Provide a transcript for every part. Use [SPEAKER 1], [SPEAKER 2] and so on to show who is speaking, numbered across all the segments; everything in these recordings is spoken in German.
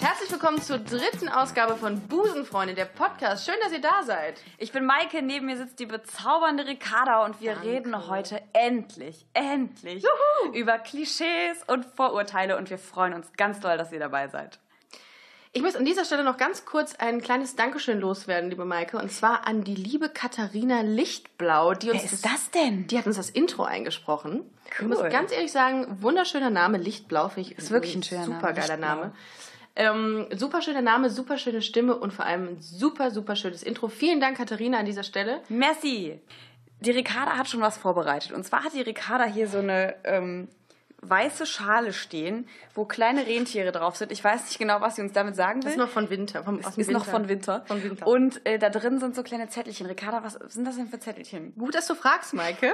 [SPEAKER 1] Herzlich willkommen zur dritten Ausgabe von Busenfreunde, der Podcast. Schön, dass ihr da seid.
[SPEAKER 2] Ich bin Maike, neben mir sitzt die bezaubernde Ricarda und wir
[SPEAKER 1] Danke.
[SPEAKER 2] reden heute endlich, endlich über Klischees und Vorurteile und wir freuen uns ganz doll, dass ihr dabei seid.
[SPEAKER 1] Ich muss an dieser Stelle noch ganz kurz ein kleines Dankeschön loswerden, liebe Maike, und zwar an die liebe Katharina Lichtblau, die uns
[SPEAKER 2] denn?
[SPEAKER 1] Die hat uns das Intro eingesprochen. Ich
[SPEAKER 2] Cool.
[SPEAKER 1] muss ganz ehrlich sagen, wunderschöner Name, Lichtblau finde ich
[SPEAKER 2] Ist wirklich ein schöner
[SPEAKER 1] super geiler Name.
[SPEAKER 2] Name,
[SPEAKER 1] Ähm, super schöner Name, super schöne Stimme und vor allem ein super super schönes Intro. Vielen Dank Katharina an dieser Stelle.
[SPEAKER 2] Messi! Die Ricarda hat schon was vorbereitet. Und zwar hat die Ricarda hier so eine ähm, weiße Schale stehen, wo kleine Rentiere drauf sind. Ich weiß nicht genau, was sie uns damit sagen will.
[SPEAKER 1] Das ist Hm? noch von Winter, vom, aus dem
[SPEAKER 2] Ist noch von Winter.
[SPEAKER 1] Von Winter. Oh,
[SPEAKER 2] Und äh, da drin sind so kleine Zettelchen. Ricarda, was sind das denn für Zettelchen?
[SPEAKER 1] Gut, dass du fragst, Maike.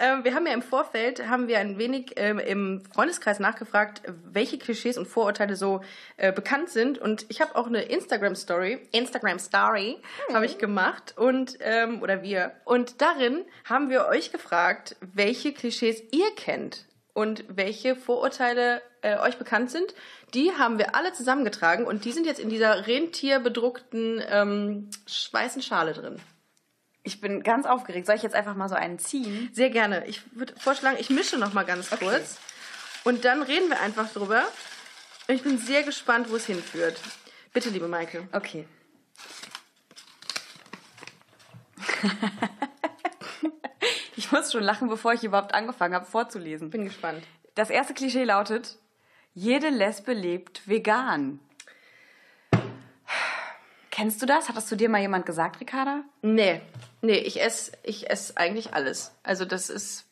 [SPEAKER 1] ähm, wir haben ja im Vorfeld, haben wir ein wenig ähm, im Freundeskreis nachgefragt, welche Klischees und Vorurteile so äh, bekannt sind. Und ich habe auch eine Instagram-Story, Instagram-Story habe ich gemacht und, ähm, oder wir. Und darin haben wir euch gefragt, welche Klischees ihr kennt und welche Vorurteile äh, euch bekannt sind. Die haben wir alle zusammengetragen und die sind jetzt in dieser rentierbedruckten ähm, sch- weißen Schale drin.
[SPEAKER 2] Ich bin ganz aufgeregt. Soll ich jetzt einfach mal so einen ziehen?
[SPEAKER 1] Sehr gerne. Ich würde vorschlagen, ich mische noch mal ganz kurz und dann reden wir einfach drüber. Und Ich bin sehr gespannt, wo es hinführt. Bitte, liebe Maike.
[SPEAKER 2] Okay. ich muss schon lachen, bevor ich überhaupt angefangen habe vorzulesen.
[SPEAKER 1] Bin gespannt.
[SPEAKER 2] Das erste Klischee lautet, jede Lesbe lebt vegan. Kennst du das? Hat das zu dir mal jemand gesagt, Ricarda?
[SPEAKER 1] Nee, nee, ich esse ich ess eigentlich alles. Also das ist,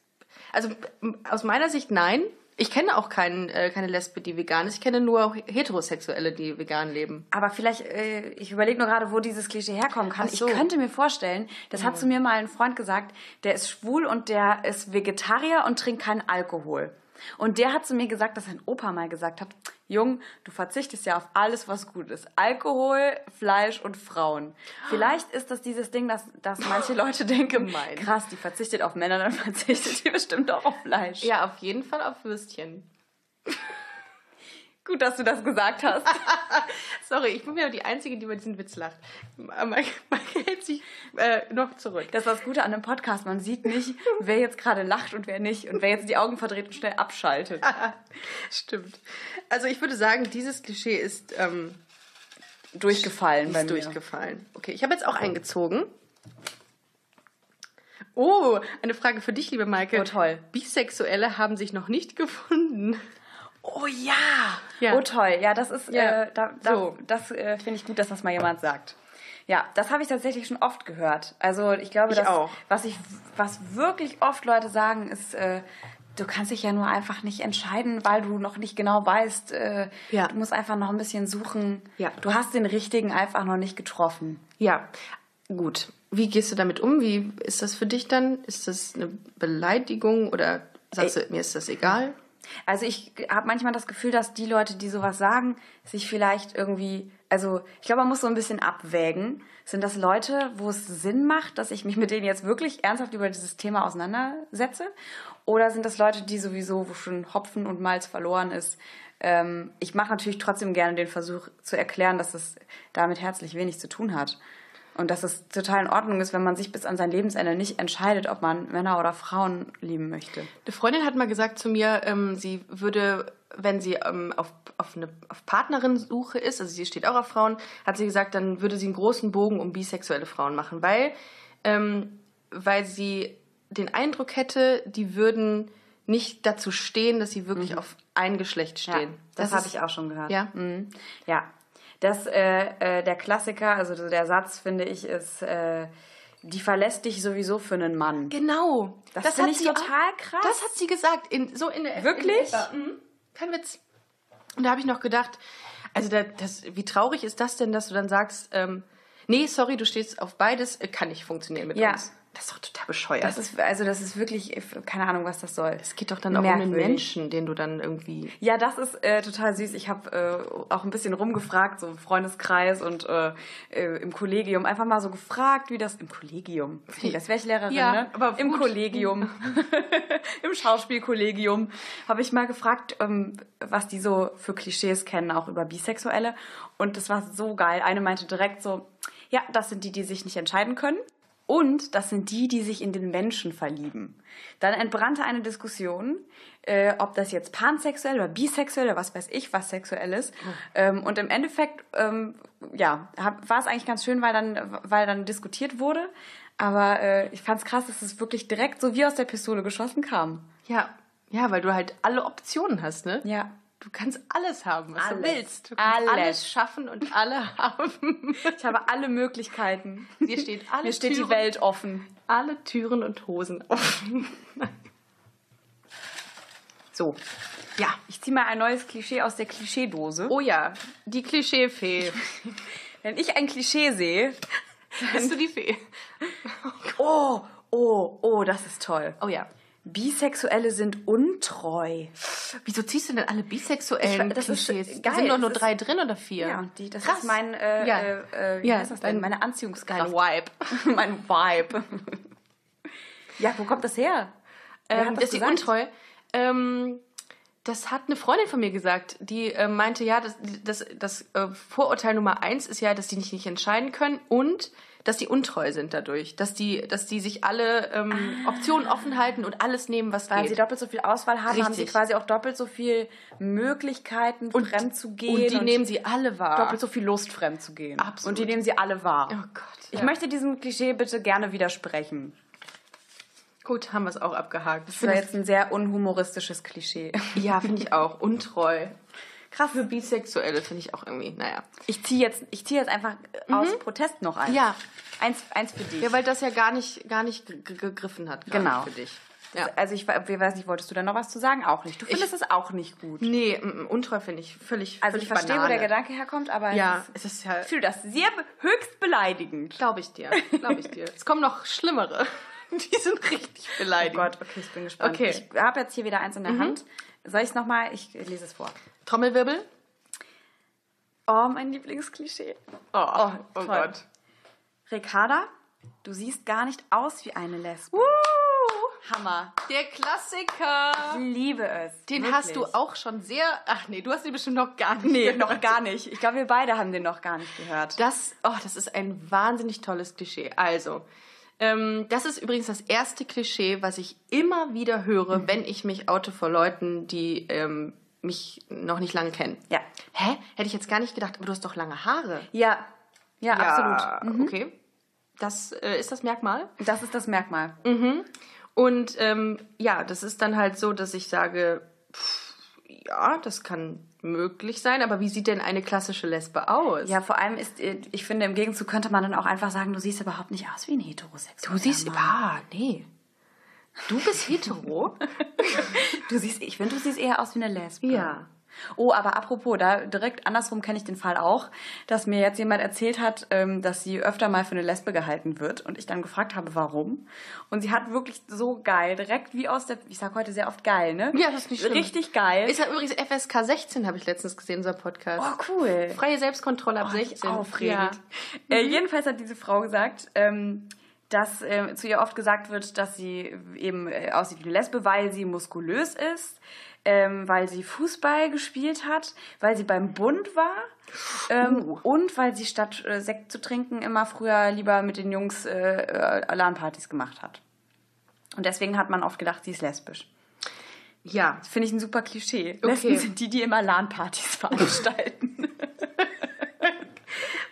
[SPEAKER 1] also m- aus meiner Sicht nein. Ich kenne auch keinen, äh, keine Lesbe, die vegan ist. Ich kenne nur Heterosexuelle, die vegan leben.
[SPEAKER 2] Aber vielleicht, äh, ich überlege nur gerade, wo dieses Klischee herkommen kann.
[SPEAKER 1] Ach so.
[SPEAKER 2] Ich könnte mir vorstellen, das hat zu mir mal ein Freund gesagt, der ist schwul und der ist Vegetarier und trinkt keinen Alkohol. Und der hat zu mir gesagt, dass sein Opa mal gesagt hat, Jung, du verzichtest ja auf alles, was gut ist. Alkohol, Fleisch und Frauen. Vielleicht ist das dieses Ding, dass, dass manche Leute denken,
[SPEAKER 1] Gemein.
[SPEAKER 2] krass, die verzichtet auf Männer, dann verzichtet die bestimmt auch auf Fleisch.
[SPEAKER 1] Ja, auf jeden Fall auf Würstchen.
[SPEAKER 2] Gut, dass du das gesagt hast.
[SPEAKER 1] Sorry, ich bin ja die Einzige, die über diesen Witz lacht. Ma- Maike, Maike hält sich äh, noch zurück.
[SPEAKER 2] Das ist das Gute an einem Podcast. Man sieht nicht, wer jetzt gerade lacht und wer nicht. Und wer jetzt die Augen verdreht und schnell abschaltet.
[SPEAKER 1] Ah, Stimmt. Also ich würde sagen, dieses Klischee ist, ähm,
[SPEAKER 2] Durchgefallen bei
[SPEAKER 1] ist
[SPEAKER 2] mir.
[SPEAKER 1] durchgefallen. Okay, ich habe jetzt auch eingezogen. Oh, eine Frage für dich, liebe Maike.
[SPEAKER 2] Oh, toll.
[SPEAKER 1] Bisexuelle haben sich noch nicht gefunden.
[SPEAKER 2] oh ja.
[SPEAKER 1] Ja.
[SPEAKER 2] Oh toll. Ja, das ist,
[SPEAKER 1] Ja.
[SPEAKER 2] äh, da, da,
[SPEAKER 1] So.
[SPEAKER 2] das äh, finde ich gut, dass das mal jemand sagt. Ja, das habe ich tatsächlich schon oft gehört. Also ich glaube,
[SPEAKER 1] Ich
[SPEAKER 2] dass,
[SPEAKER 1] auch.
[SPEAKER 2] was ich, was wirklich oft Leute sagen, ist, äh, du kannst dich ja nur einfach nicht entscheiden, weil du noch nicht genau weißt. Äh,
[SPEAKER 1] Ja.
[SPEAKER 2] Du musst einfach noch ein bisschen suchen.
[SPEAKER 1] Ja.
[SPEAKER 2] Du hast den richtigen einfach noch nicht getroffen.
[SPEAKER 1] Ja, gut. Wie gehst du damit um? Wie ist das für dich dann? Ist das eine Beleidigung oder sagst du, mir ist das egal?
[SPEAKER 2] Also ich habe manchmal das Gefühl, dass die Leute, die sowas sagen, sich vielleicht irgendwie, also ich glaube, man muss so ein bisschen abwägen. Sind das Leute, wo es Sinn macht, dass ich mich mit denen jetzt wirklich ernsthaft über dieses Thema auseinandersetze? Oder sind das Leute, die sowieso, wo schon Hopfen und Malz verloren ist? Ähm, ich mache natürlich trotzdem gerne den Versuch zu erklären, dass es damit herzlich wenig zu tun hat. Und dass es total in Ordnung ist, wenn man sich bis an sein Lebensende nicht entscheidet, ob man Männer oder Frauen lieben möchte.
[SPEAKER 1] Eine Freundin hat mal gesagt zu mir, ähm, sie würde, wenn sie ähm, auf, auf eine auf Partnerin-Suche ist, also sie steht auch auf Frauen, hat sie gesagt, dann würde sie einen großen Bogen um bisexuelle Frauen machen, weil, ähm, weil sie den Eindruck hätte, die würden nicht dazu stehen, dass sie wirklich auf ein Geschlecht stehen.
[SPEAKER 2] Mhm. Ja, das habe
[SPEAKER 1] ist-
[SPEAKER 2] ich auch schon gehört.
[SPEAKER 1] Ja?
[SPEAKER 2] Mhm. ja. Das, äh, äh, der Klassiker, also so der Satz, finde ich, ist, äh, die verlässt dich sowieso für einen Mann.
[SPEAKER 1] Genau.
[SPEAKER 2] Das finde ich
[SPEAKER 1] auch-
[SPEAKER 2] total krass.
[SPEAKER 1] Das hat sie gesagt. In, so in der,
[SPEAKER 2] Wirklich?
[SPEAKER 1] In der, mhm. Kein Witz. Und da habe ich noch gedacht, also da, das, wie traurig ist das denn, dass du dann sagst, ähm, nee, sorry, du stehst auf beides, äh, kann nicht funktionieren mit
[SPEAKER 2] Ja.
[SPEAKER 1] uns. Das ist doch total bescheuert.
[SPEAKER 2] Das ist, also das ist wirklich, keine Ahnung, was das soll.
[SPEAKER 1] es geht doch dann auch um den
[SPEAKER 2] Merkwürdig.
[SPEAKER 1] Menschen, den du dann irgendwie.
[SPEAKER 2] Ja, das ist äh, total süß. Ich habe äh, auch ein bisschen rumgefragt, so im Freundeskreis und äh, äh, im Kollegium. Einfach mal so gefragt, wie das im Kollegium. Hm, Das wäre ich Lehrerin,
[SPEAKER 1] Ja,
[SPEAKER 2] ne?
[SPEAKER 1] aber
[SPEAKER 2] Im
[SPEAKER 1] gut.
[SPEAKER 2] Kollegium, im Schauspielkollegium, habe ich mal gefragt, ähm, was die so für Klischees kennen, auch über Bisexuelle. Und das war so geil. Eine meinte direkt so, ja, das sind die, die sich nicht entscheiden können. Und das sind die, die sich in den Menschen verlieben. Dann entbrannte eine Diskussion, äh, ob das jetzt pansexuell oder bisexuell oder was weiß ich, was sexuell ist. Ähm, und im Endeffekt, ähm, ja, hab, war es eigentlich ganz schön, weil dann, weil dann diskutiert wurde. Aber äh, ich fand es krass, dass es wirklich direkt so wie aus der Pistole geschossen kam.
[SPEAKER 1] Ja. Ja, weil du halt alle Optionen hast, ne?
[SPEAKER 2] Ja.
[SPEAKER 1] Du kannst alles haben, was
[SPEAKER 2] Alles.
[SPEAKER 1] du willst. Du kannst
[SPEAKER 2] Alles.
[SPEAKER 1] alles. schaffen und alle haben.
[SPEAKER 2] Ich habe alle Möglichkeiten.
[SPEAKER 1] Mir steht alle
[SPEAKER 2] Mir steht die
[SPEAKER 1] Türen-
[SPEAKER 2] Welt offen.
[SPEAKER 1] Alle Türen und Hosen offen. so. Ja.
[SPEAKER 2] Ich ziehe mal ein neues Klischee aus der Klischeedose.
[SPEAKER 1] Oh ja, die Klischeefee.
[SPEAKER 2] Wenn ich ein Klischee sehe,
[SPEAKER 1] Bist du die Fee?
[SPEAKER 2] oh, oh, oh, das ist toll.
[SPEAKER 1] Oh ja.
[SPEAKER 2] Bisexuelle sind untreu.
[SPEAKER 1] Wieso ziehst du denn alle bisexuellen
[SPEAKER 2] Ich- das ist
[SPEAKER 1] Klischees? da
[SPEAKER 2] geil.
[SPEAKER 1] sind doch
[SPEAKER 2] Das
[SPEAKER 1] nur
[SPEAKER 2] ist-
[SPEAKER 1] drei drin oder vier.
[SPEAKER 2] Ja, die, das
[SPEAKER 1] Krass.
[SPEAKER 2] ist mein, äh,
[SPEAKER 1] Ja.
[SPEAKER 2] äh, äh, wie
[SPEAKER 1] Ja,
[SPEAKER 2] heißt das denn?
[SPEAKER 1] dein-
[SPEAKER 2] Meine
[SPEAKER 1] Dein
[SPEAKER 2] Anziehungskraft.
[SPEAKER 1] Vibe.
[SPEAKER 2] mein Vibe. ja, wo kommt das her? Wer hat
[SPEAKER 1] Ähm, das ist die
[SPEAKER 2] gesagt?
[SPEAKER 1] untreu. Ähm, das hat eine Freundin von mir gesagt, die äh, meinte, ja, das, das, das äh, Vorurteil Nummer eins ist ja, dass die nicht, nicht entscheiden können und dass die untreu sind dadurch, dass die, dass die sich alle ähm, Optionen offen halten und alles nehmen, was
[SPEAKER 2] Ah. Weil
[SPEAKER 1] geht.
[SPEAKER 2] sie doppelt so viel Auswahl haben, haben sie
[SPEAKER 1] Richtig.
[SPEAKER 2] quasi auch doppelt so viel Möglichkeiten, fremd zu gehen.
[SPEAKER 1] und die nehmen sie alle wahr.
[SPEAKER 2] doppelt so viel Lust, fremd zu gehen.
[SPEAKER 1] Absolut.
[SPEAKER 2] Und die nehmen sie alle wahr.
[SPEAKER 1] oh Gott.
[SPEAKER 2] Ich
[SPEAKER 1] ja.
[SPEAKER 2] möchte diesem Klischee bitte gerne widersprechen.
[SPEAKER 1] Gut, haben wir es auch abgehakt.
[SPEAKER 2] Das war jetzt ein sehr unhumoristisches Klischee.
[SPEAKER 1] ja, finde ich auch. Untreu. Krass. Für Bisexuelle finde ich auch irgendwie, naja.
[SPEAKER 2] Ich ziehe jetzt, ich zieh jetzt einfach aus Protest noch eins.
[SPEAKER 1] Ja.
[SPEAKER 2] Eins, eins für dich.
[SPEAKER 1] Ja, weil das ja gar nicht, gar nicht ge- ge- gegriffen hat. gerade
[SPEAKER 2] Genau.
[SPEAKER 1] Für dich. Ja.
[SPEAKER 2] Also ich, we- weiß nicht, wolltest du da noch was zu sagen? Auch nicht. Du findest es auch nicht gut.
[SPEAKER 1] Nee, m -m, untreu finde ich völlig
[SPEAKER 2] Also
[SPEAKER 1] völlig
[SPEAKER 2] ich verstehe, wo
[SPEAKER 1] Banane.
[SPEAKER 2] der Gedanke herkommt, aber
[SPEAKER 1] Ja,
[SPEAKER 2] es
[SPEAKER 1] es
[SPEAKER 2] ist, äh,
[SPEAKER 1] ist ja...
[SPEAKER 2] ich fühle das sehr be- höchst beleidigend.
[SPEAKER 1] Glaube ich dir, glaube ich dir. Es kommen noch schlimmere. Die sind richtig beleidigt.
[SPEAKER 2] Oh okay, ich bin gespannt. Mhm.
[SPEAKER 1] Okay.
[SPEAKER 2] Ich habe jetzt hier wieder eins in der Hand. Soll ich es nochmal? Ich lese es vor.
[SPEAKER 1] Trommelwirbel?
[SPEAKER 2] Oh, mein Lieblingsklischee.
[SPEAKER 1] Oh, oh,
[SPEAKER 2] toll.
[SPEAKER 1] Gott.
[SPEAKER 2] Ricarda, du siehst gar nicht aus wie eine Lesbe. Hammer.
[SPEAKER 1] Der Klassiker.
[SPEAKER 2] Ich liebe es.
[SPEAKER 1] Den
[SPEAKER 2] Wirklich.
[SPEAKER 1] hast du auch schon sehr... Ach nee, du hast ihn bestimmt noch gar nicht.
[SPEAKER 2] Nee,
[SPEAKER 1] gehört.
[SPEAKER 2] noch gar nicht. Ich glaube, wir beide haben den noch gar nicht gehört.
[SPEAKER 1] Das, oh, das ist ein wahnsinnig tolles Klischee. Also, ähm, das ist übrigens das erste Klischee, was ich immer wieder höre,
[SPEAKER 2] Mhm.
[SPEAKER 1] wenn ich mich oute vor Leuten, die ähm, mich noch nicht lange kennen.
[SPEAKER 2] Ja.
[SPEAKER 1] Hä? Hätte ich jetzt gar nicht gedacht, aber du hast doch lange Haare.
[SPEAKER 2] Ja. Ja, absolut. Mhm.
[SPEAKER 1] absolut. Okay. Das äh, ist das Merkmal.
[SPEAKER 2] Das ist das Merkmal.
[SPEAKER 1] Und ähm, ja, das ist dann halt so, dass ich sage, pff, ja, das kann möglich sein, aber wie sieht denn eine klassische Lesbe aus?
[SPEAKER 2] Ja, vor allem ist, äh, ich finde, im Gegenzug könnte man dann auch einfach sagen, du siehst überhaupt nicht aus wie ein Heterosexueller.
[SPEAKER 1] Du siehst,
[SPEAKER 2] Mann.
[SPEAKER 1] ah, nee. Du bist hetero?
[SPEAKER 2] Du siehst, ich finde, du siehst eher aus wie eine Lesbe.
[SPEAKER 1] Ja.
[SPEAKER 2] Oh, aber apropos, da direkt andersrum kenne ich den Fall auch, dass mir jetzt jemand erzählt hat, ähm, dass sie öfter mal für eine Lesbe gehalten wird und ich dann gefragt habe, warum. Und sie hat wirklich so geil, direkt wie aus der, ich sag heute sehr oft geil, ne?
[SPEAKER 1] Ja, das ist nicht schlimm.
[SPEAKER 2] Richtig geil.
[SPEAKER 1] Ist ja übrigens FSK 16, habe ich letztens gesehen, unser Podcast.
[SPEAKER 2] oh, cool.
[SPEAKER 1] Freie Selbstkontrolle ab
[SPEAKER 2] Oh, wie
[SPEAKER 1] 16.
[SPEAKER 2] Aufregend.
[SPEAKER 1] Ja.
[SPEAKER 2] Äh, jedenfalls hat diese Frau gesagt, ähm, dass ähm, zu ihr oft gesagt wird, dass sie eben äh, aussieht wie eine Lesbe, weil sie muskulös ist, ähm, weil sie Fußball gespielt hat, weil sie beim Bund war ähm, und weil sie statt äh, Sekt zu trinken immer früher lieber mit den Jungs äh, äh, LAN-Partys gemacht hat. Und deswegen hat man oft gedacht, sie ist lesbisch.
[SPEAKER 1] ja.
[SPEAKER 2] Finde ich ein super Klischee. Lesben sind die, die immer LAN-Partys veranstalten.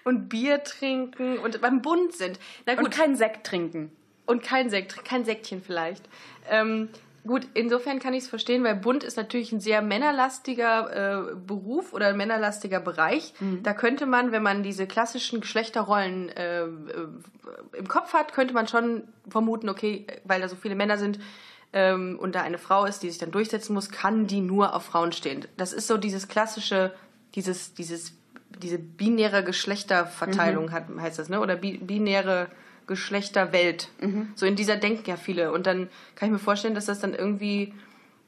[SPEAKER 1] Und Bier trinken und beim Bund sind. Na gut,
[SPEAKER 2] und keinen Sekt trinken.
[SPEAKER 1] und kein Sekt, kein Sektchen vielleicht. Ähm, gut, insofern kann ich es verstehen, weil Bund ist natürlich ein sehr männerlastiger äh, Beruf oder ein männerlastiger Bereich. Da könnte man, wenn man diese klassischen Geschlechterrollen äh, äh, im Kopf hat, könnte man schon vermuten, okay, weil da so viele Männer sind. Ähm, und da eine Frau ist, die sich dann durchsetzen muss, kann die nur auf Frauen stehen. Das ist so dieses klassische, dieses, dieses, diese binäre Geschlechterverteilung hat, heißt das, ne? Oder bi binäre Geschlechterwelt. So in dieser denken ja viele. Und dann kann ich mir vorstellen, dass das dann irgendwie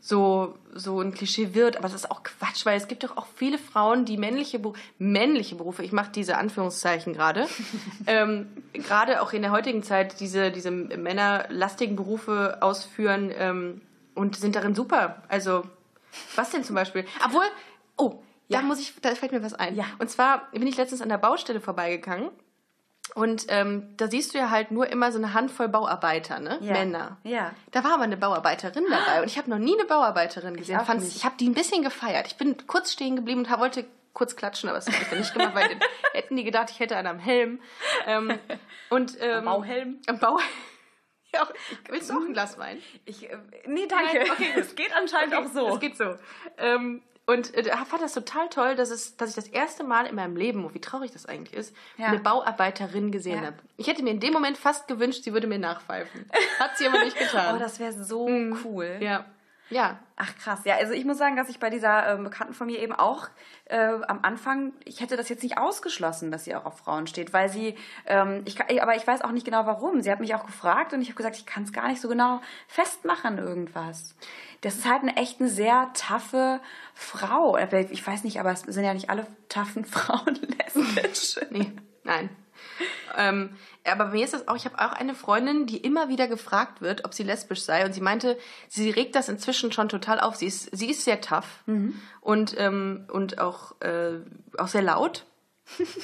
[SPEAKER 1] so, so ein Klischee wird. Aber das ist auch Quatsch, weil es gibt doch auch viele Frauen, die männliche, Beru- männliche Berufe, ich mache diese Anführungszeichen gerade, ähm, gerade auch in der heutigen Zeit diese, diese männerlastigen Berufe ausführen ähm, und sind darin super. Also, was denn zum Beispiel? Obwohl, oh,
[SPEAKER 2] Ja.
[SPEAKER 1] da muss ich, da fällt mir was ein.
[SPEAKER 2] Ja.
[SPEAKER 1] Und zwar bin ich letztens an der Baustelle vorbeigegangen. Und ähm, da siehst du ja halt nur immer so eine Handvoll Bauarbeiter, ne?
[SPEAKER 2] Ja.
[SPEAKER 1] Männer.
[SPEAKER 2] Ja.
[SPEAKER 1] Da war aber eine Bauarbeiterin dabei und ich habe noch nie eine Bauarbeiterin gesehen.
[SPEAKER 2] auch
[SPEAKER 1] Fand's,
[SPEAKER 2] nicht.
[SPEAKER 1] ich habe die ein bisschen gefeiert. Ich bin kurz stehen geblieben und hab- wollte kurz klatschen, aber das habe ich dann nicht gemacht, weil dann hätten die gedacht, ich hätte einen am Helm. Ähm, und, ähm, am
[SPEAKER 2] Bauhelm?
[SPEAKER 1] Am Bau. Ja, auch- willst du auch ein Glas Wein?
[SPEAKER 2] Ich, äh, nee, danke.
[SPEAKER 1] Nein, okay,
[SPEAKER 2] es geht anscheinend auch so.
[SPEAKER 1] Es geht so. Ähm, und äh, da fand das total toll, dass, es, dass ich das erste Mal in meinem Leben, oh, wie traurig das eigentlich ist,
[SPEAKER 2] Ja.
[SPEAKER 1] eine Bauarbeiterin gesehen
[SPEAKER 2] Ja.
[SPEAKER 1] habe. Ich hätte mir in dem Moment fast gewünscht, sie würde mir nachpfeifen. Hat sie aber nicht getan.
[SPEAKER 2] Oh, das wäre so cool.
[SPEAKER 1] Mhm. ja. Ja,
[SPEAKER 2] Ach krass, ja, also ich muss sagen, dass ich bei dieser ähm, Bekannten von mir eben auch äh, am Anfang, ich hätte das jetzt nicht ausgeschlossen, dass sie auch auf Frauen steht, weil sie, ähm, ich, kann- aber ich weiß auch nicht genau warum. Sie hat mich auch gefragt und ich habe gesagt, ich kann es gar nicht so genau festmachen irgendwas. Das ist halt eine echt eine sehr taffe Frau. Äh, Ich weiß nicht, aber es sind ja nicht alle taffen Frauen lesbisch.
[SPEAKER 1] Nee, nein. ähm, aber bei mir ist das auch, ich habe auch eine Freundin, die immer wieder gefragt wird, ob sie lesbisch sei. Und sie meinte, sie regt das inzwischen schon total auf. Sie ist, sie ist sehr tough
[SPEAKER 2] Mhm.
[SPEAKER 1] und, ähm, und auch, äh, auch sehr laut,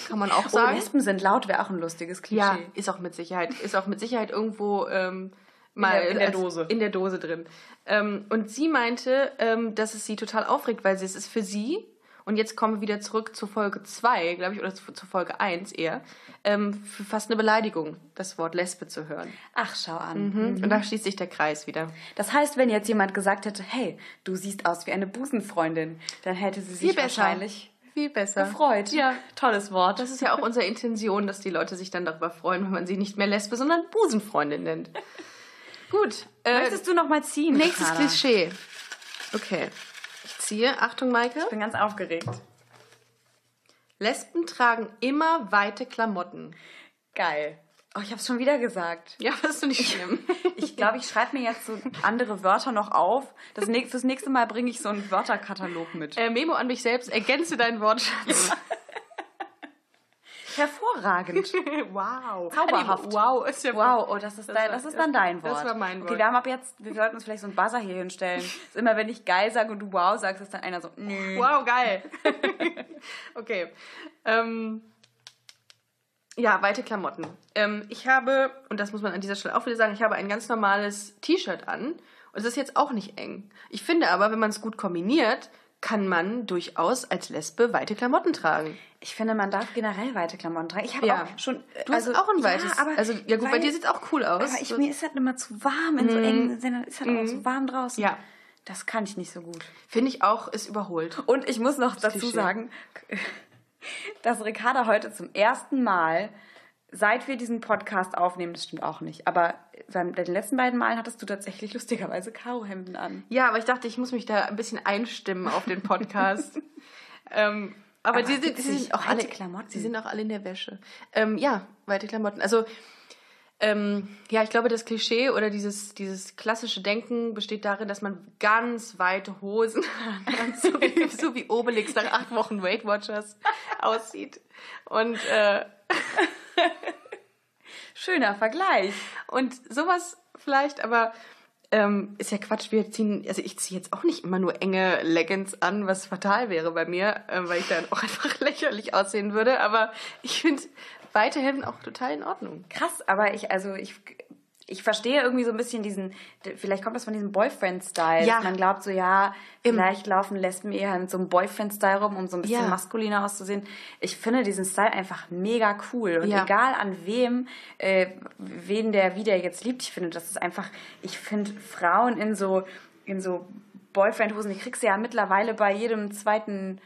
[SPEAKER 1] kann man auch
[SPEAKER 2] Oh,
[SPEAKER 1] sagen.
[SPEAKER 2] Lesben sind laut, wäre auch ein lustiges Klischee.
[SPEAKER 1] ja, ist auch mit Sicherheit, ist auch mit Sicherheit irgendwo ähm, mal
[SPEAKER 2] der- in der
[SPEAKER 1] als-
[SPEAKER 2] Dose.
[SPEAKER 1] in der Dose drin. Ähm, und sie meinte, ähm, dass es sie total aufregt, weil sie, es ist für sie, und jetzt kommen wir wieder zurück zu Folge 2, glaube ich, oder zu, zu Folge 1 eher, ähm, für fast eine Beleidigung, das Wort Lesbe zu hören. Mhm.
[SPEAKER 2] Ach, schau an.
[SPEAKER 1] Und da schließt sich der Kreis wieder.
[SPEAKER 2] Das heißt, wenn jetzt jemand gesagt hätte, hey, du siehst aus wie eine Busenfreundin, dann hätte sie sich wahrscheinlich
[SPEAKER 1] Viel besser.
[SPEAKER 2] gefreut.
[SPEAKER 1] Ja.
[SPEAKER 2] tolles Wort.
[SPEAKER 1] Das ist ja auch unsere Intention, dass die Leute sich dann darüber freuen, wenn man sie nicht mehr Lesbe, sondern Busenfreundin nennt. Gut. äh,
[SPEAKER 2] Möchtest du noch mal ziehen?
[SPEAKER 1] Nächstes
[SPEAKER 2] Carla?
[SPEAKER 1] Klischee. Okay. Ich ziehe. Achtung, Maike.
[SPEAKER 2] Ich bin ganz aufgeregt.
[SPEAKER 1] Lesben tragen immer weite Klamotten.
[SPEAKER 2] Geil. Oh, ich habe es schon wieder gesagt.
[SPEAKER 1] Ja, das ist doch nicht schlimm.
[SPEAKER 2] Ich glaube, ich schreibe mir jetzt so andere Wörter noch auf. Das nächste, das nächste Mal bringe ich so einen Wörterkatalog mit.
[SPEAKER 1] äh, Memo an mich selbst. Ergänze deinen Wortschatz.
[SPEAKER 2] Hervorragend.
[SPEAKER 1] wow.
[SPEAKER 2] Zauberhaft.
[SPEAKER 1] Wow. Ist ja
[SPEAKER 2] Wow, oh, das ist,
[SPEAKER 1] Das
[SPEAKER 2] dein,
[SPEAKER 1] war-
[SPEAKER 2] das ist dann dein
[SPEAKER 1] das
[SPEAKER 2] Wort.
[SPEAKER 1] war mein Wort.
[SPEAKER 2] Okay, wir haben ab jetzt, wir sollten uns vielleicht so einen Buzzer hier hinstellen. Ist immer, wenn ich geil sage und du wow sagst, ist dann einer so, nö.
[SPEAKER 1] Wow, geil. okay. Ähm, ja, weite Klamotten. Ähm, ich habe, und das muss man an dieser Stelle auch wieder sagen, ich habe ein ganz normales T-Shirt an. Und es ist jetzt auch nicht eng. Ich finde aber, wenn man es gut kombiniert, kann man durchaus als Lesbe weite Klamotten tragen.
[SPEAKER 2] Ich finde, man darf generell weite Klamotten tragen. Ich habe
[SPEAKER 1] Ja.
[SPEAKER 2] auch schon. äh,
[SPEAKER 1] Du hast auch ein weites.
[SPEAKER 2] Ja, aber
[SPEAKER 1] also, ja gut, bei
[SPEAKER 2] weil-
[SPEAKER 1] dir sieht es auch cool aus. Mhm.
[SPEAKER 2] Aber ich, mir ist halt immer zu warm in so engen Sendern. Ist halt immer zu warm draußen.
[SPEAKER 1] Ja.
[SPEAKER 2] Das kann ich nicht so gut.
[SPEAKER 1] Finde ich auch, ist überholt.
[SPEAKER 2] Und ich muss noch dazu
[SPEAKER 1] Klischee.
[SPEAKER 2] sagen, dass Ricarda heute zum ersten Mal, seit wir diesen Podcast aufnehmen, das stimmt auch nicht, aber beim- bei den letzten beiden Malen hattest du tatsächlich lustigerweise Karohemden an.
[SPEAKER 1] Ja, aber ich dachte, ich muss mich da ein bisschen einstimmen auf den Podcast. ähm, aber
[SPEAKER 2] Aber
[SPEAKER 1] die, sind, die
[SPEAKER 2] witzig,
[SPEAKER 1] sind auch
[SPEAKER 2] weite
[SPEAKER 1] alle
[SPEAKER 2] Klamotten.
[SPEAKER 1] Sie sind auch alle in der Wäsche. Ähm, ja, weite Klamotten. Also ähm, ja, ich glaube, das Klischee oder dieses, dieses klassische Denken besteht darin, dass man ganz weite Hosen hat, so, wie, so wie Obelix nach acht Wochen Weight Watchers aussieht. Und äh,
[SPEAKER 2] Schöner Vergleich.
[SPEAKER 1] Und sowas vielleicht, aber ähm, ist ja Quatsch. Wir ziehen, also ich ziehe jetzt auch nicht immer nur enge Leggings an, was fatal wäre bei mir, äh, weil ich dann auch einfach lächerlich aussehen würde. Aber ich finde weite Hemden auch total in Ordnung.
[SPEAKER 2] Krass, aber ich, also ich, ich verstehe irgendwie so ein bisschen diesen, vielleicht kommt das von diesem Boyfriend-Style.
[SPEAKER 1] Ja.
[SPEAKER 2] dass Man glaubt so, ja, vielleicht laufen Lesben eher mit so einem Boyfriend-Style rum, um so ein bisschen
[SPEAKER 1] Ja.
[SPEAKER 2] maskuliner auszusehen. Ich finde diesen Style einfach mega cool. Und
[SPEAKER 1] Ja.
[SPEAKER 2] egal an wem, äh, wen der, wie der jetzt liebt, ich finde, das ist einfach, ich finde Frauen in so, in so Boyfriend-Hosen, die kriegst du ja mittlerweile bei jedem zweiten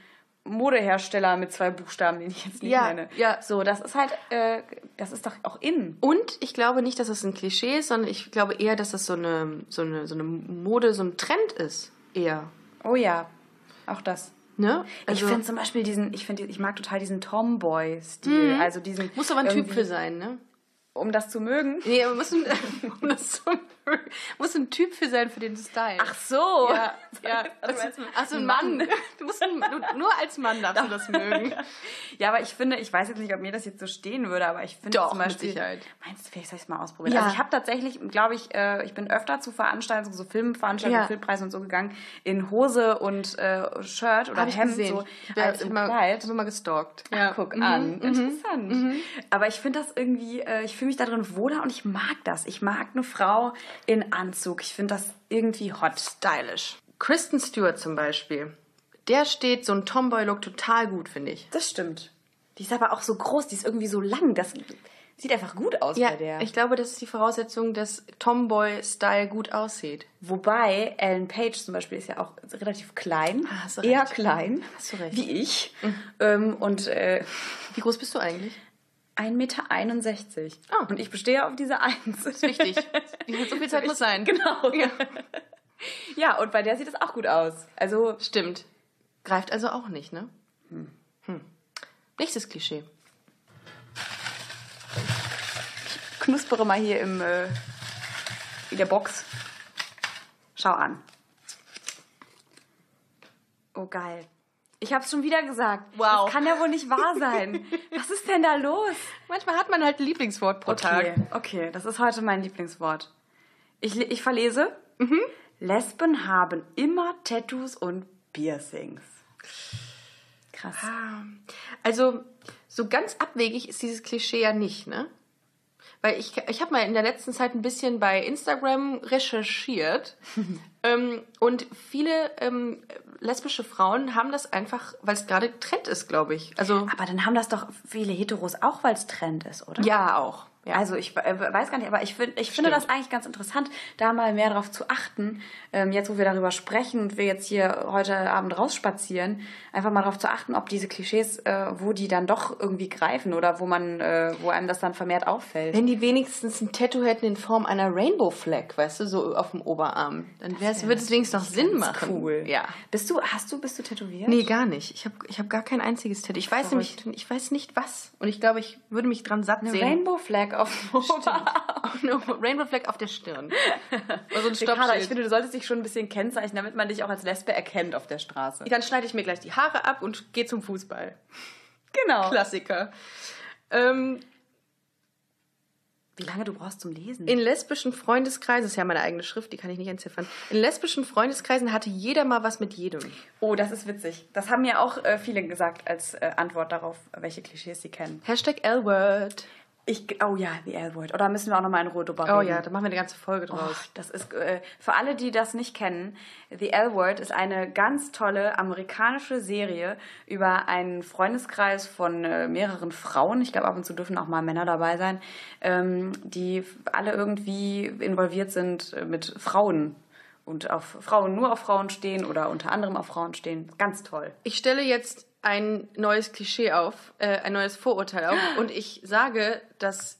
[SPEAKER 2] Modehersteller mit zwei Buchstaben, den ich jetzt nicht
[SPEAKER 1] Ja,
[SPEAKER 2] nenne.
[SPEAKER 1] ja.
[SPEAKER 2] So, das ist halt, äh, das ist doch auch in.
[SPEAKER 1] Und ich glaube nicht, dass das ein Klischee ist, sondern ich glaube eher, dass das so eine, so eine, so eine Mode, so ein Trend ist. Eher.
[SPEAKER 2] Oh ja, auch das. Also
[SPEAKER 1] Ne?
[SPEAKER 2] ich finde zum Beispiel diesen, ich finde, ich mag total diesen Tomboy-Stil, also diesen.
[SPEAKER 1] muss aber ein Typ
[SPEAKER 2] irgendwie-
[SPEAKER 1] für sein, ne?
[SPEAKER 2] um das zu mögen.
[SPEAKER 1] Nee, aber muss ein, um das zu, muss ein Typ für sein, für den Style.
[SPEAKER 2] Ach so.
[SPEAKER 1] ja, ja. Also, Ach so, ein Mann. Du musst ein, du, nur als Mann darfst du das mögen.
[SPEAKER 2] Ja, aber ich finde, ich weiß jetzt nicht, ob mir das jetzt so stehen würde, aber ich finde
[SPEAKER 1] Doch,
[SPEAKER 2] zum
[SPEAKER 1] mit
[SPEAKER 2] Beispiel.
[SPEAKER 1] Sicherheit.
[SPEAKER 2] Meinst du, vielleicht soll ich es mal ausprobieren?
[SPEAKER 1] Ja.
[SPEAKER 2] Also ich habe tatsächlich, glaube ich, äh, ich bin öfter zu Veranstaltungen, so Filmveranstaltungen,
[SPEAKER 1] Ja.
[SPEAKER 2] Filmpreisen und so gegangen, in Hose und äh, Shirt oder
[SPEAKER 1] Hab ich
[SPEAKER 2] Hemd
[SPEAKER 1] gesehen.
[SPEAKER 2] so
[SPEAKER 1] Ich hab
[SPEAKER 2] als im
[SPEAKER 1] immer,
[SPEAKER 2] Kleid.
[SPEAKER 1] hab immer gestalkt.
[SPEAKER 2] Ja. Guck
[SPEAKER 1] Mhm.
[SPEAKER 2] an. Interessant. Aber ich finde das irgendwie, äh, ich fühle mich da drin wohler und ich mag das. Ich mag eine Frau in Anzug. Ich finde das irgendwie hot. Stylisch.
[SPEAKER 1] Kristen Stewart zum Beispiel. Der steht so ein Tomboy-Look total gut, finde ich.
[SPEAKER 2] Das stimmt. Die ist aber auch so groß, die ist irgendwie so lang. Das sieht einfach gut aus bei der.
[SPEAKER 1] ich glaube, das ist die Voraussetzung, dass Tomboy-Style gut aussieht.
[SPEAKER 2] Wobei Ellen Page zum Beispiel ist ja auch relativ klein.
[SPEAKER 1] Ah, hast du
[SPEAKER 2] eher
[SPEAKER 1] recht.
[SPEAKER 2] klein.
[SPEAKER 1] Hast du recht. Mhm.
[SPEAKER 2] Wie ich. Ähm, und äh,
[SPEAKER 1] Wie groß bist du eigentlich?
[SPEAKER 2] 1,61 Meter.
[SPEAKER 1] Ah.
[SPEAKER 2] Und ich bestehe auf diese Eins.
[SPEAKER 1] Wichtig. so viel Zeit muss sein.
[SPEAKER 2] Genau. Ja. ja, und bei der sieht es auch gut aus. Also,
[SPEAKER 1] Stimmt. Greift also auch nicht, ne? Hm. Nächstes Klischee.
[SPEAKER 2] ich knuspere mal hier im, äh, in der Box. Schau an. Oh, geil. Ich hab's schon wieder gesagt.
[SPEAKER 1] Wow.
[SPEAKER 2] Das kann ja wohl nicht wahr sein. Was ist denn da los?
[SPEAKER 1] Manchmal hat man halt ein Lieblingswort pro
[SPEAKER 2] Okay, okay, das ist heute mein Lieblingswort. Ich, le- ich verlese.
[SPEAKER 1] Mhm.
[SPEAKER 2] Lesben haben immer Tattoos und Piercings. Krass.
[SPEAKER 1] Also, so ganz abwegig ist dieses Klischee ja nicht, ne? Weil ich, ich habe mal in der letzten Zeit ein bisschen bei Instagram recherchiert ähm, und viele ähm, lesbische Frauen haben das einfach, weil es gerade Trend ist, glaube ich. Also,
[SPEAKER 2] Aber dann haben das doch viele Heteros auch, weil es Trend ist, oder?
[SPEAKER 1] ja, auch. Ja.
[SPEAKER 2] Also ich äh, weiß gar nicht, aber ich, find, ich finde
[SPEAKER 1] Stimmt.
[SPEAKER 2] das eigentlich ganz interessant, da mal mehr darauf zu achten. Ähm, jetzt, wo wir darüber sprechen und wir jetzt hier heute Abend rausspazieren, einfach mal darauf zu achten, ob diese Klischees, äh, wo die dann doch irgendwie greifen oder wo man, äh, wo einem das dann vermehrt auffällt.
[SPEAKER 1] Wenn die wenigstens ein Tattoo hätten in Form einer Rainbow Flag, weißt du, so auf dem Oberarm, dann wär's, würde es wenigstens noch Sinn machen.
[SPEAKER 2] Cool.
[SPEAKER 1] Ja.
[SPEAKER 2] Bist du, hast du, bist du tätowiert?
[SPEAKER 1] Nee, gar nicht. Ich habe ich hab gar kein einziges Tattoo. Ich weiß nämlich, ich weiß nicht was. Und ich glaube, ich würde mich dran satt sehen.
[SPEAKER 2] Rainbow Flag auf dem Oberarm.
[SPEAKER 1] No, Rainbow Flag auf der Stirn. Also ein
[SPEAKER 2] Ricarda, ich
[SPEAKER 1] Stoppschild.
[SPEAKER 2] finde, du solltest dich schon ein bisschen kennzeichnen, damit man dich auch als Lesbe erkennt auf der Straße.
[SPEAKER 1] Dann schneide ich mir gleich die Haare ab und gehe zum Fußball.
[SPEAKER 2] Genau.
[SPEAKER 1] Klassiker. Ähm,
[SPEAKER 2] Wie lange du brauchst zum Lesen?
[SPEAKER 1] in lesbischen Freundeskreisen, das ist ja meine eigene Schrift, die kann ich nicht entziffern. In lesbischen Freundeskreisen hatte jeder mal was mit jedem.
[SPEAKER 2] Oh, das ist witzig. Das haben mir auch äh, viele gesagt als äh, Antwort darauf, welche Klischees sie kennen.
[SPEAKER 1] Hashtag L-Word.
[SPEAKER 2] Ich, oh ja, die L-Word. Oder müssen wir auch nochmal in Ruhe drüber
[SPEAKER 1] Oh
[SPEAKER 2] reden?
[SPEAKER 1] ja, da machen wir eine ganze Folge
[SPEAKER 2] Oh,
[SPEAKER 1] draus.
[SPEAKER 2] das ist äh, für alle, die das nicht kennen, The L-Word ist eine ganz tolle amerikanische Serie über einen Freundeskreis von äh, mehreren Frauen. Ich glaube, ab und zu dürfen auch mal Männer dabei sein, ähm, die alle irgendwie involviert sind äh, mit Frauen und auf Frauen nur auf Frauen stehen oder unter anderem auf Frauen stehen. Ganz toll.
[SPEAKER 1] Ich stelle jetzt ein neues Klischee auf, äh, ein neues Vorurteil auf und ich sage, dass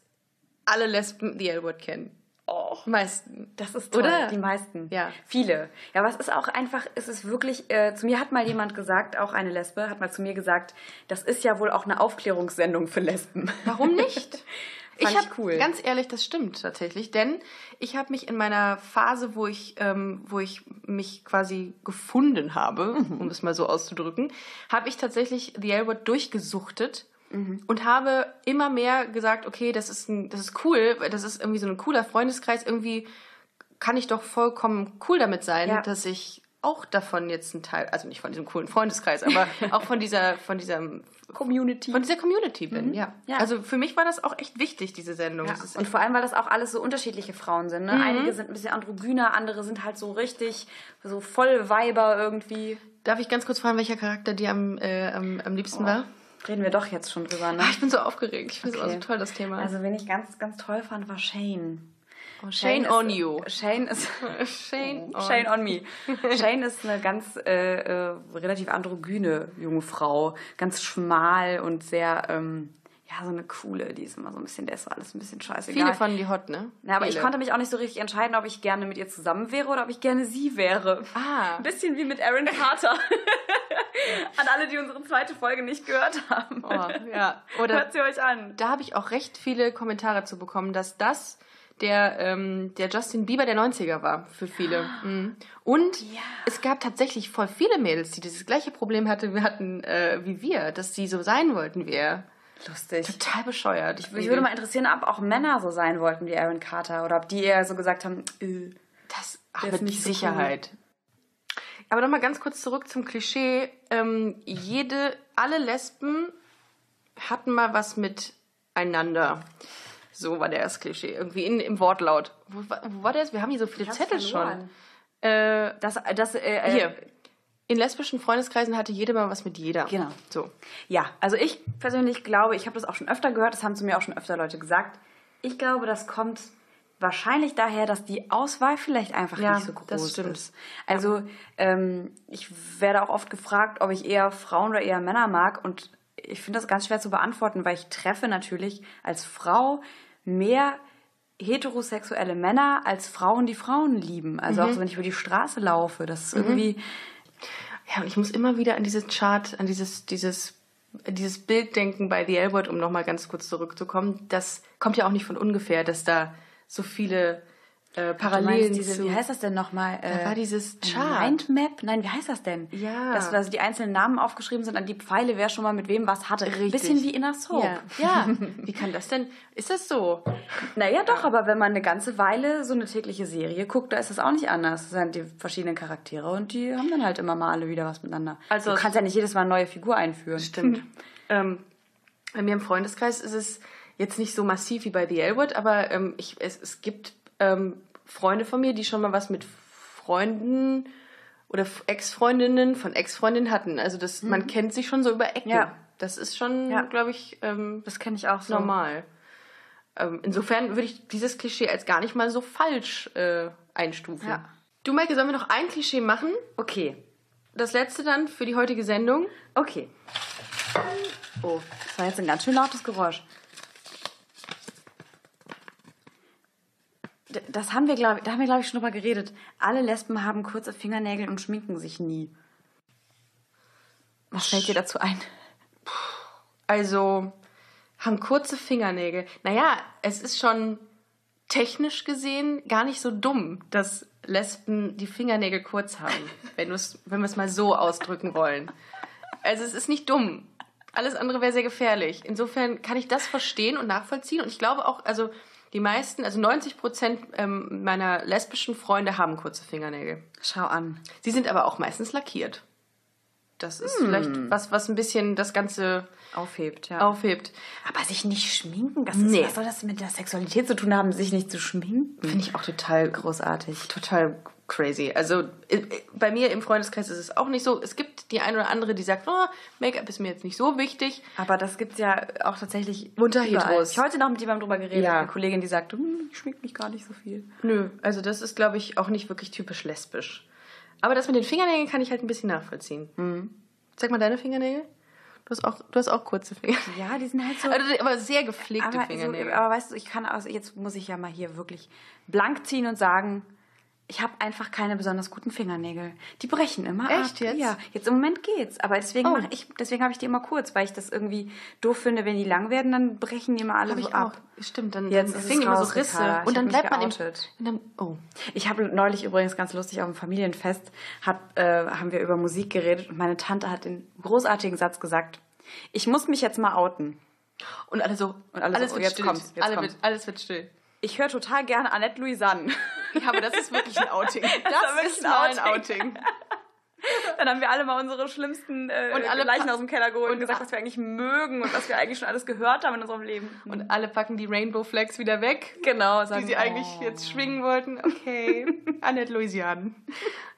[SPEAKER 1] alle Lesben die L-Word kennen.
[SPEAKER 2] Oh.
[SPEAKER 1] Meisten.
[SPEAKER 2] Das ist toll.
[SPEAKER 1] Oder?
[SPEAKER 2] Die meisten.
[SPEAKER 1] Ja.
[SPEAKER 2] Viele. Ja, aber es ist auch einfach, es ist wirklich, äh, zu mir hat mal jemand gesagt, auch eine Lesbe, hat mal zu mir gesagt, das ist ja wohl auch eine Aufklärungssendung für Lesben.
[SPEAKER 1] Warum nicht?
[SPEAKER 2] Fand
[SPEAKER 1] ich
[SPEAKER 2] ich
[SPEAKER 1] habe
[SPEAKER 2] cool.
[SPEAKER 1] ganz ehrlich, das stimmt tatsächlich, denn ich habe mich in meiner Phase, wo ich, ähm, wo ich mich quasi gefunden habe,
[SPEAKER 2] Mhm.
[SPEAKER 1] um es mal so auszudrücken, habe ich tatsächlich The L-Word durchgesuchtet
[SPEAKER 2] Mhm.
[SPEAKER 1] und habe immer mehr gesagt, okay, das ist ein, das ist cool, weil das ist irgendwie so ein cooler Freundeskreis, irgendwie kann ich doch vollkommen cool damit sein,
[SPEAKER 2] Ja.
[SPEAKER 1] dass ich auch davon jetzt ein Teil, also nicht von diesem coolen Freundeskreis, aber auch von dieser, von diesem
[SPEAKER 2] Community.
[SPEAKER 1] von dieser Community bin, ja.
[SPEAKER 2] Ja.
[SPEAKER 1] Also für mich war das auch echt wichtig, diese Sendung.
[SPEAKER 2] Ja,
[SPEAKER 1] Das ist Mhm.
[SPEAKER 2] und vor allem, weil das auch alles so unterschiedliche Frauen sind. Ne? Einige sind ein bisschen androgyner, andere sind halt so richtig, so voll Weiber irgendwie.
[SPEAKER 1] Darf ich ganz kurz fragen, welcher Charakter dir am, äh, am, am liebsten war?
[SPEAKER 2] Reden wir doch jetzt schon drüber, ne?
[SPEAKER 1] Ah, Ich bin so aufgeregt. Ich finde es
[SPEAKER 2] Okay.
[SPEAKER 1] auch so toll, das Thema.
[SPEAKER 2] Also, wen ich ganz, ganz toll fand, war Shane.
[SPEAKER 1] oh, Shane
[SPEAKER 2] ist-
[SPEAKER 1] on you.
[SPEAKER 2] Shane ist.
[SPEAKER 1] Shane
[SPEAKER 2] Shane on me. Shane ist eine ganz äh, äh, relativ androgyne junge Frau, ganz schmal und sehr ähm, ja so eine coole. Die ist immer so ein bisschen, der ist alles ein bisschen scheißegal.
[SPEAKER 1] Viele fanden die hot, ne?
[SPEAKER 2] Na, aber ich
[SPEAKER 1] Viele.
[SPEAKER 2] konnte mich auch nicht so richtig entscheiden, ob ich gerne mit ihr zusammen wäre oder ob ich gerne sie wäre.
[SPEAKER 1] Ah.
[SPEAKER 2] Ein bisschen wie mit Aaron Carter. An alle, die unsere zweite Folge nicht gehört haben.
[SPEAKER 1] Oh, ja. Oder
[SPEAKER 2] Hört sie euch an.
[SPEAKER 1] da habe ich auch recht viele Kommentare zu bekommen, dass das der, ähm, der Justin Bieber der 90er war für viele. Mhm. Und
[SPEAKER 2] Ja.
[SPEAKER 1] es gab tatsächlich voll viele Mädels, die dieses gleiche Problem hatte, hatten äh, wie wir, dass sie so sein wollten wie er.
[SPEAKER 2] Lustig.
[SPEAKER 1] Total bescheuert. Ich,
[SPEAKER 2] Mich würde mal interessieren, ob auch Männer so sein wollten wie Aaron Carter oder ob die eher so gesagt haben, äh,
[SPEAKER 1] das
[SPEAKER 2] ist
[SPEAKER 1] aber die
[SPEAKER 2] nicht so cool.
[SPEAKER 1] Sicherheit. Aber nochmal ganz kurz zurück zum Klischee. Ähm, jede, alle Lesben hatten mal was miteinander. So war der das Klischee. Irgendwie in, im Wortlaut. Wo, war- wo war das? Wir haben hier so viele
[SPEAKER 2] hab's
[SPEAKER 1] Zettel
[SPEAKER 2] verloren.
[SPEAKER 1] schon. Äh,
[SPEAKER 2] das, das, äh,
[SPEAKER 1] hier.
[SPEAKER 2] äh,
[SPEAKER 1] In lesbischen Freundeskreisen hatte jeder mal was mit jeder.
[SPEAKER 2] Genau.
[SPEAKER 1] So.
[SPEAKER 2] Ja, also ich persönlich glaube, ich habe das auch schon öfter gehört, das haben zu mir auch schon öfter Leute gesagt. Ich glaube, das kommt wahrscheinlich daher, dass die Auswahl vielleicht einfach
[SPEAKER 1] Ja,
[SPEAKER 2] nicht so groß
[SPEAKER 1] das stimmt.
[SPEAKER 2] ist. Also ähm, ich werde auch oft gefragt, ob ich eher Frauen oder eher Männer mag und ich finde das ganz schwer zu beantworten, weil ich treffe natürlich als Frau mehr heterosexuelle Männer als Frauen, die Frauen lieben. Also
[SPEAKER 1] Mhm.
[SPEAKER 2] auch so, wenn ich über die Straße laufe, das ist irgendwie
[SPEAKER 1] Ja, und ich muss immer wieder an dieses Chart, an dieses, dieses, an dieses Bild denken bei The L-Word, um nochmal ganz kurz zurückzukommen. Das kommt ja auch nicht von ungefähr, dass da so viele äh,
[SPEAKER 2] Du
[SPEAKER 1] Parallelen
[SPEAKER 2] meinst diese,
[SPEAKER 1] zu...
[SPEAKER 2] wie heißt das denn nochmal? Da
[SPEAKER 1] war dieses Chart.
[SPEAKER 2] Mindmap? Nein, wie heißt das denn?
[SPEAKER 1] Ja.
[SPEAKER 2] Dass also die einzelnen Namen aufgeschrieben sind, an die Pfeile, wer schon mal mit wem was hatte.
[SPEAKER 1] Richtig.
[SPEAKER 2] Bisschen wie Inner Soap.
[SPEAKER 1] ja. ja, wie kann das denn? Ist das so?
[SPEAKER 2] Naja, doch, aber wenn man eine ganze Weile so eine tägliche Serie guckt, da ist das auch nicht anders. Das sind die verschiedenen Charaktere und die haben dann halt immer mal alle wieder was miteinander.
[SPEAKER 1] Also-
[SPEAKER 2] du kannst ja nicht jedes Mal eine neue Figur einführen.
[SPEAKER 1] Stimmt. ähm, bei mir im Freundeskreis ist es jetzt nicht so massiv wie bei The L-Word, aber ähm, ich, es, es gibt ähm, Freunde von mir, die schon mal was mit Freunden oder F- Ex-Freundinnen von Ex-Freundinnen hatten. Also das, man kennt sich schon so über Ecken.
[SPEAKER 2] Mhm. Ja.
[SPEAKER 1] Das ist schon,
[SPEAKER 2] Ja.
[SPEAKER 1] glaube ich, ähm,
[SPEAKER 2] Das kenne ich auch so.
[SPEAKER 1] normal. Ähm, insofern würde ich dieses Klischee als gar nicht mal so falsch äh, einstufen.
[SPEAKER 2] Ja.
[SPEAKER 1] Du, Maike, sollen wir noch ein Klischee machen?
[SPEAKER 2] Okay,
[SPEAKER 1] Das letzte dann für die heutige Sendung.
[SPEAKER 2] okay. Oh, das war jetzt ein ganz schön lautes Geräusch. D- Das haben wir, glaube da haben wir, glaube ich, schon drüber geredet. Alle Lesben haben kurze Fingernägel und schminken sich nie. Was fällt dir dazu ein?
[SPEAKER 1] Also haben kurze Fingernägel. Naja, es ist schon technisch gesehen gar nicht so dumm, dass Lesben die Fingernägel kurz haben, wenn, du's- wenn wir es mal so ausdrücken wollen. Also es ist nicht dumm. Alles andere wäre sehr gefährlich. Insofern kann ich das verstehen und nachvollziehen. Und ich glaube auch, also die meisten, also 90 Prozent ähm, meiner lesbischen Freunde haben kurze Fingernägel.
[SPEAKER 2] Schau an.
[SPEAKER 1] Sie sind aber auch meistens lackiert. Das ist vielleicht was, was ein bisschen das Ganze
[SPEAKER 2] Aufhebt, ja.
[SPEAKER 1] aufhebt.
[SPEAKER 2] Aber sich nicht schminken, das
[SPEAKER 1] Nee.
[SPEAKER 2] ist, was soll das mit der Sexualität zu tun haben, sich nicht zu schminken?
[SPEAKER 1] Finde ich auch total großartig. Mhm. Total crazy. Also äh, äh, bei mir im Freundeskreis ist es auch nicht so. Es gibt die eine oder andere, die sagt, oh, Make-up ist mir jetzt nicht so wichtig.
[SPEAKER 2] Aber das gibt's ja auch tatsächlich
[SPEAKER 1] Unter
[SPEAKER 2] überall.
[SPEAKER 1] Heteros.
[SPEAKER 2] Ich habe heute noch mit jemandem drüber geredet,
[SPEAKER 1] Ja.
[SPEAKER 2] eine Kollegin, die sagt, hm, ich schmink mich gar nicht so viel.
[SPEAKER 1] Nö, also das ist, glaube ich, auch nicht wirklich typisch lesbisch. Aber das mit den Fingernägeln kann ich halt ein bisschen nachvollziehen. Zeig mal deine Fingernägel. Du hast auch, du hast auch kurze Fingernägel.
[SPEAKER 2] Ja, die sind halt so...
[SPEAKER 1] Also, aber sehr gepflegte
[SPEAKER 2] aber,
[SPEAKER 1] Fingernägel.
[SPEAKER 2] So, aber weißt du, ich kann also jetzt muss ich ja mal hier wirklich blank ziehen und sagen, ich habe einfach keine besonders guten Fingernägel. Die brechen immer
[SPEAKER 1] Echt
[SPEAKER 2] ab.
[SPEAKER 1] jetzt?
[SPEAKER 2] Ja, jetzt im Moment geht's, aber deswegen
[SPEAKER 1] Oh.
[SPEAKER 2] mache ich deswegen habe ich die immer kurz, weil ich das irgendwie doof finde, wenn die lang werden, dann brechen die immer alle
[SPEAKER 1] Hab
[SPEAKER 2] so
[SPEAKER 1] ich
[SPEAKER 2] ab.
[SPEAKER 1] auch. Stimmt, dann,
[SPEAKER 2] Jetzt
[SPEAKER 1] dann
[SPEAKER 2] ist
[SPEAKER 1] fingen
[SPEAKER 2] es
[SPEAKER 1] immer so
[SPEAKER 2] raus,
[SPEAKER 1] Risse.
[SPEAKER 2] Ricarda. Ich
[SPEAKER 1] Und dann
[SPEAKER 2] hab mich
[SPEAKER 1] bleibt man im,
[SPEAKER 2] geoutet.
[SPEAKER 1] und dann, Oh.
[SPEAKER 2] Ich habe neulich übrigens ganz lustig auf dem Familienfest hab, äh, haben wir über Musik geredet und meine Tante hat den großartigen Satz gesagt: Ich muss mich jetzt mal outen.
[SPEAKER 1] Und alle so.
[SPEAKER 2] Und alle so, oh, jetzt kommt's, jetzt
[SPEAKER 1] alle
[SPEAKER 2] kommt's.
[SPEAKER 1] Wird, alles wird still.
[SPEAKER 2] Ich höre total gerne Annette Louisanne.
[SPEAKER 1] Ja, aber das ist wirklich ein Outing. Das,
[SPEAKER 2] war wirklich
[SPEAKER 1] ist
[SPEAKER 2] ein
[SPEAKER 1] mal ein Outing.
[SPEAKER 2] Dann haben wir alle mal unsere schlimmsten äh,
[SPEAKER 1] Und alle
[SPEAKER 2] Leichen
[SPEAKER 1] pa-
[SPEAKER 2] aus dem Keller geholt und
[SPEAKER 1] und
[SPEAKER 2] gesagt,
[SPEAKER 1] a-
[SPEAKER 2] was wir eigentlich mögen und was wir eigentlich schon alles gehört haben in unserem Leben.
[SPEAKER 1] Und alle packen die Rainbow Flags wieder weg,
[SPEAKER 2] genau,
[SPEAKER 1] die sie eigentlich jetzt schwingen wollten. Okay, Annette Mhm. Louisiane.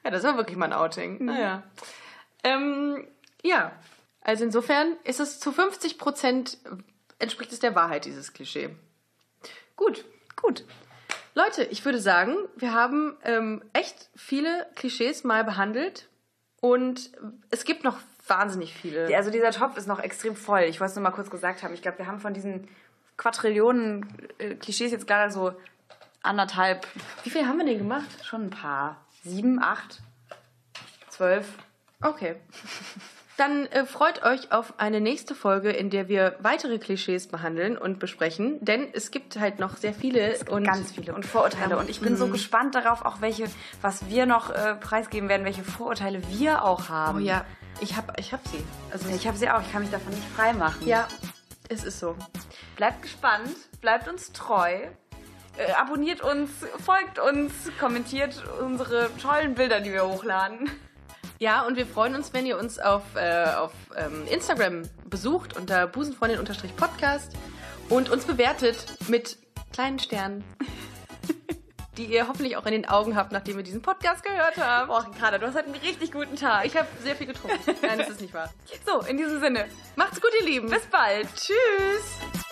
[SPEAKER 1] Ja, das war wirklich mal ein Outing. Naja. Ähm, ja, also insofern ist es zu 50 Prozent äh, entspricht es der Wahrheit, dieses Klischee. Gut.
[SPEAKER 2] Gut.
[SPEAKER 1] Leute, ich würde sagen, wir haben ähm, echt viele Klischees mal behandelt und es gibt noch wahnsinnig viele.
[SPEAKER 2] Also dieser Topf ist noch extrem voll. Ich wollte es nur mal kurz gesagt haben. Ich glaube, wir haben von diesen Quadrillionen äh, Klischees jetzt gerade so anderthalb,
[SPEAKER 1] Wie viel haben wir denn gemacht?
[SPEAKER 2] schon ein paar. Sieben, acht, zwölf.
[SPEAKER 1] Okay. Dann äh, freut euch auf eine nächste Folge, in der wir weitere Klischees behandeln und besprechen, denn es gibt halt noch sehr viele und
[SPEAKER 2] Ganz viele und Vorurteile. Mhm. Und ich bin so gespannt darauf, auch welche, was wir noch äh, preisgeben werden, welche Vorurteile wir auch haben.
[SPEAKER 1] Oh ja, ich hab, ich hab sie. Also
[SPEAKER 2] Ich habe sie auch, ich kann mich davon nicht frei machen.
[SPEAKER 1] ja, es ist so.
[SPEAKER 2] Bleibt gespannt, bleibt uns treu, äh, abonniert uns, folgt uns, kommentiert unsere tollen Bilder, die wir hochladen.
[SPEAKER 1] Ja, und wir freuen uns, wenn ihr uns auf, äh, auf ähm, Instagram besucht unter busenfreundin-podcast und uns bewertet mit kleinen Sternen, die ihr hoffentlich auch in den Augen habt, nachdem ihr diesen Podcast gehört habt.
[SPEAKER 2] Boah, Ricarda, du hast heute einen richtig guten Tag.
[SPEAKER 1] Ich habe sehr viel getrunken. Nein, das ist nicht wahr.
[SPEAKER 2] so, in diesem Sinne,
[SPEAKER 1] Macht's gut, ihr Lieben.
[SPEAKER 2] bis bald. Tschüss.
[SPEAKER 1] Tschüss.